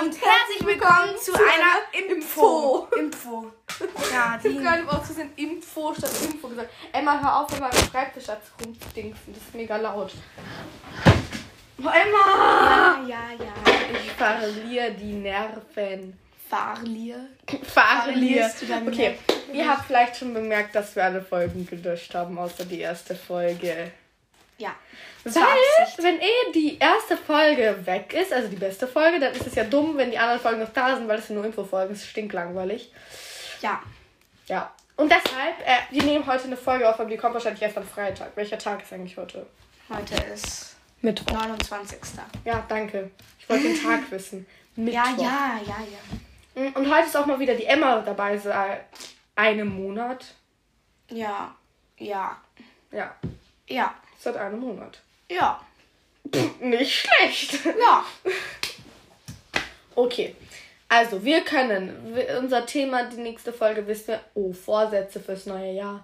und herzlich willkommen zu einer Info. Info. Ja, Ich die. habe auch zu sind Info statt Info gesagt. Emma, hör auf, wenn man am Schreibtisch statt rumdingsen. Das ist mega laut. Oh, Emma! Ja, Ah, ja, ja. Ich verliere die Nerven. Farlier. Verliere. Verlierst du deine Okay, ihr habt vielleicht schon bemerkt, dass wir alle Folgen gelöscht haben, außer die erste Folge. Ja. Zur Weil, wenn eh die erste Folge weg ist, also die beste Folge, dann ist es ja dumm, wenn die anderen Folgen noch da sind, weil es sind nur Infofolgen. Es stinkt langweilig. Ja. Ja. Und deshalb, äh, wir nehmen heute eine Folge auf, aber die kommt wahrscheinlich erst am Freitag. Welcher Tag ist eigentlich heute? Heute ist Mittwoch. 29. Ja, danke. Ich wollte den Tag wissen. Mittwoch. Ja, ja, ja, ja. Mm, Und heute ist auch mal wieder die Emma dabei, seit einem Monat. Ja. Ja. Ja, Ja. seit einem Monat. Ja. Nicht schlecht. Ja. Okay. Also, wir können w- unser Thema, die nächste Folge wissen wir. Oh, Vorsätze fürs neue Jahr.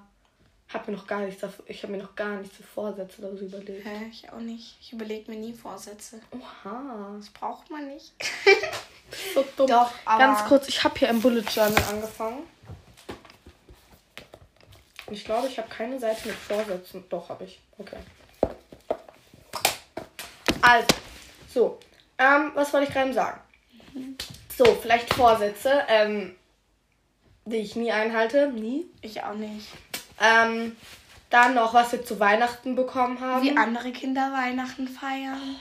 Hab mir noch gar nichts dafür, ich habe mir noch gar nichts für Vorsätze darüber überlegt. Hä, ich auch nicht. Ich überlege mir nie Vorsätze. Oha. Das braucht man nicht. So dumm. Doch, aber- Ganz kurz, ich habe hier im Bullet Journal angefangen. Und Ich glaube, ich habe keine Seite mit Vorsätzen. Doch, habe ich. Okay. Also, so. Ähm, was wollte ich gerade sagen? So, vielleicht Vorsätze, ähm, die ich nie einhalte. Nie. Ich auch nicht. Ähm, dann noch, was wir zu Weihnachten bekommen haben. Wie andere Kinder Weihnachten feiern.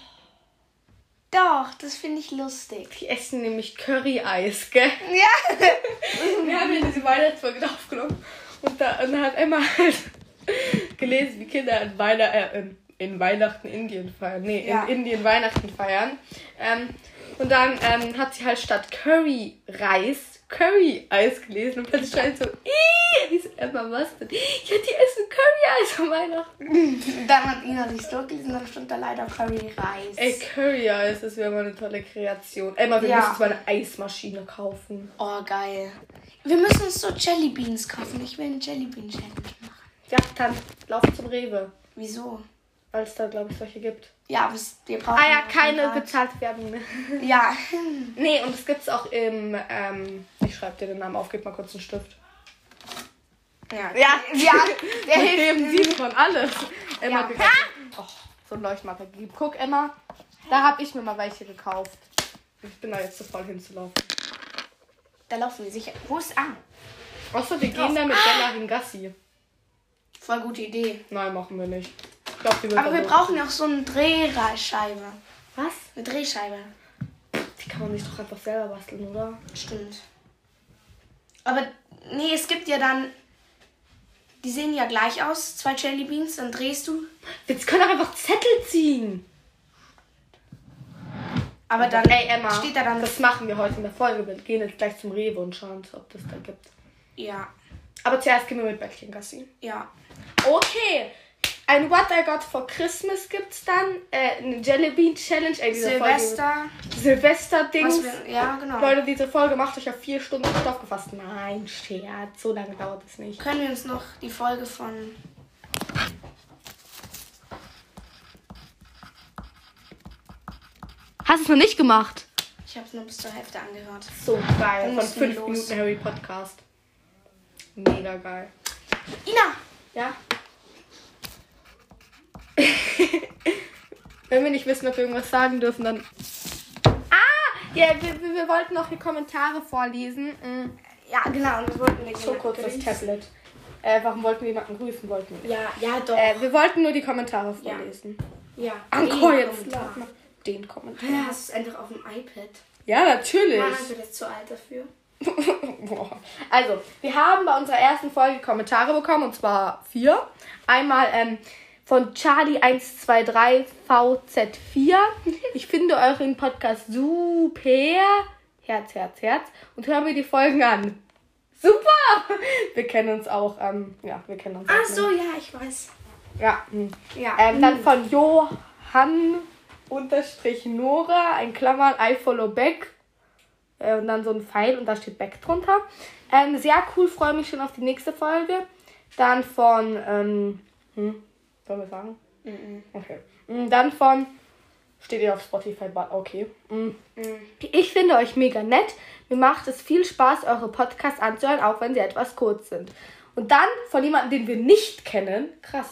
Doch, das finde ich lustig. Die essen nämlich Curry-Eis, gell? Ja. Wir haben ja diese Weihnachtsfolge aufgenommen und da, und da hat Emma halt gelesen, wie Kinder in, Weihna äh, in, in Weihnachten Indien feiern. Nee, Ja. in Indien Weihnachten feiern. Ähm, und dann ähm, hat sie halt statt Curry-Reis Curry-Eis gelesen und plötzlich schreit so, Ih! Ich so, Emma, was denn? Ja, die essen Curry-Eis an Weihnachten. Dann hat Ina sich durchgelesen, dann stand da leider Curry Reis. Ey, Curry-Eis, das wäre mal eine tolle Kreation. Emma, wir Ja. müssen uns mal eine Eismaschine kaufen. Oh, geil. Wir müssen uns so Jelly Beans kaufen. Ich will eine Jelly Bean Challenge machen. Ja, dann lauf zum Rewe, Wieso? weil es da, glaube ich, solche gibt. Ja, aber es- wir brauchen. Ah ja, noch keine einen Rat. bezahlt werden. ne? Ja. Nee, und es gibt's auch im, ähm, ich schreibe dir den Namen auf, gib mal kurz einen Stift. Ja. Ja. ja. Der Mit hilft. dem sieht man alles. Emma Ja. gekauft. Oh, so ein Leuchtmarker gegeben. Guck, Emma, da hab ich mir mal welche gekauft. Ich bin da jetzt zu voll hinzulaufen. Da laufen wir sicher. Wo ist an? Außer wir gehen da mit Bella Hingassi. Voll gute Idee. Nein, machen wir nicht. Ich glaube, die wird Aber wir verboten. brauchen auch so eine Drehscheibe. Was? Eine Drehscheibe. Die kann man nicht doch einfach selber basteln, oder? Stimmt. Aber nee, es gibt ja dann. Die sehen ja gleich aus, zwei Jelly Beans, dann drehst du. Jetzt können doch einfach Zettel ziehen. Aber dann Ey, Emma, steht da dann. das machen wir heute in der Folge. Wir gehen jetzt gleich zum Rewe und schauen, ob das da gibt. ja, Aber zuerst gehen wir mit Bettchen Gassi. ja. Okay. Ein What I Got for Christmas gibt's dann. Äh, eine Jelly Bean Challenge. Äh, diese Silvester. Folge- Silvester-Dings. Was wir, ja, genau. Leute, diese Folge macht euch auf vier Stunden Stoff gefasst. Nein, Scherz. So lange dauert es nicht. Können wir uns noch die Folge von. Hast du es noch nicht gemacht? Ich habe es nur bis zur Hälfte angehört. So geil. Dann Von müssen fünf wir los. Minuten Harry Podcast. Mega geil. Ina! Ja? Wenn wir nicht wissen, ob wir irgendwas sagen dürfen, dann. Ah! Ja, wir, wir, wir wollten noch die Kommentare vorlesen. Mm. Ja, genau, und wir wollten nicht So kurz das Tablet. Äh, warum wollten wir jemanden grüßen? Wollten wir. nicht. Ja, ja, doch. Äh, wir wollten nur die Kommentare vorlesen. ja. Anko, Den jetzt Kommentar. lad mal den Kommentar. Ja, hast du es einfach auf dem iPad? Ja, natürlich. Mann, ich bin jetzt zu alt dafür. Boah. Also, wir haben bei unserer ersten Folge Kommentare bekommen, und zwar vier. Einmal ähm, von Charlie123VZ4. Ich finde euren Podcast super. Herz, Herz, Herz. Und hören wir die Folgen an. Super! Wir kennen uns auch. Ähm, ja, wir kennen uns. Ach auch, Ah, so, ja, ich weiß. Ja. hm. Ja. Ähm, dann von Johann unterstrich Nora, ein Klammern, I follow back. Äh, und dann so ein Pfeil und da steht back drunter. Ähm, sehr cool, freue mich schon auf die nächste Folge. Dann Hm, von, ähm, hm, soll wir sagen? Okay. Mm, Dann von Steht ihr auf Spotify, but okay. Mm. Ich finde euch mega nett. Mir macht es viel Spaß, eure Podcasts anzuhören, auch wenn sie etwas kurz sind. Und dann von jemandem, den wir nicht kennen. Krass.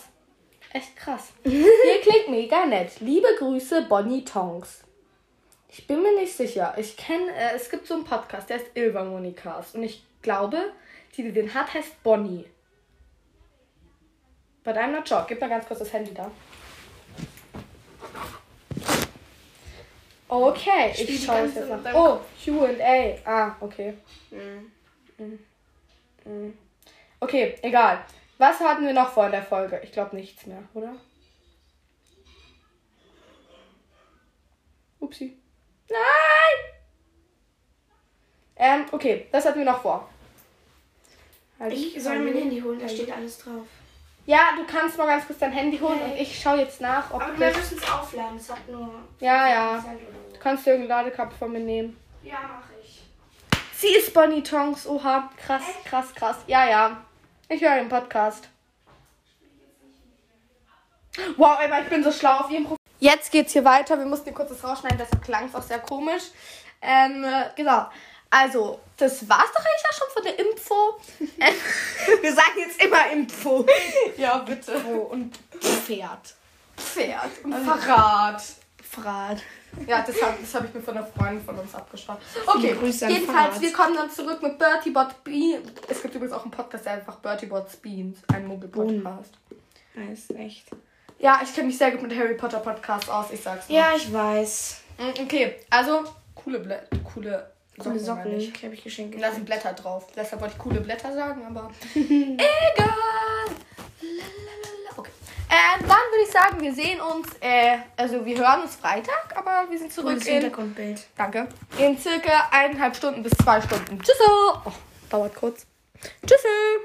Echt krass. Ihr klingt mega nett. Liebe Grüße, Bonnie Tongs. Ich bin mir nicht sicher. Ich kenne, äh, es gibt so einen Podcast, der heißt Ilva Monikas. Und ich glaube, die, die den hat, heißt Bonnie. But I'm not sure. Gib mal ganz kurz das Handy da. Okay, Spiel ich die schaue es ganze jetzt mit nach. deinem Mhm. Oh, QA. Ah, okay. Mhm. Okay, egal. Was hatten wir noch vor in der Folge? Ich glaube nichts mehr, oder? Upsi. Nein! Ähm, okay, das hatten wir noch vor. Also Ich soll mein Handy holen, da steht alles drauf. Ja, du kannst mal ganz kurz dein Handy holen und ich schaue jetzt nach, ob Aber wir das... müssen es aufladen, es hat nur. Ja, ja. Cent oder so. Du kannst dir irgendeine Ladekabel von mir nehmen. Ja, mach ich. Sie ist Bonnie Tongs. Oha, krass, krass, krass. Ja, ja. Ich höre den Podcast. Wow, Emma, ich bin so schlau auf ihrem Profil. Jetzt geht's hier weiter. Wir mussten hier kurz das rausschneiden, deshalb klang es auch sehr komisch. Ähm, äh, genau. Also, das war's doch eigentlich auch schon von der Info. Ähm, Wir sagen jetzt immer Info. ja, bitte. Oh, Also und Pferd. Pferd und Verrat. Frat. Ja, das habe das hab ich mir von einer Freundin von uns abgeschaut. Okay, Grüße an jedenfalls, Frat. wir kommen dann zurück mit Bertie Bot Beans. Es gibt übrigens auch einen Podcast, der einfach Bertie Bots Beans, ein Muggel-Podcast. Nice, echt. Ja, ich kenne mich sehr gut mit Harry Potter Podcasts aus, ich sag's nur. Ja, ich weiß. Mm, Okay, also, coole Blätter, coole Coole Socken, meine ich. die habe ich geschenkt. Da sind Blätter drauf. Deshalb wollte ich coole Blätter sagen, aber egal. Lalalala. Okay. Ähm, dann würde ich sagen, wir sehen uns, äh, also wir hören uns Freitag, aber wir sind zurück Cooles in Hintergrundbild. Danke. In circa eineinhalb Stunden bis zwei Stunden. Tschüss. Oh, dauert kurz. Tschüss.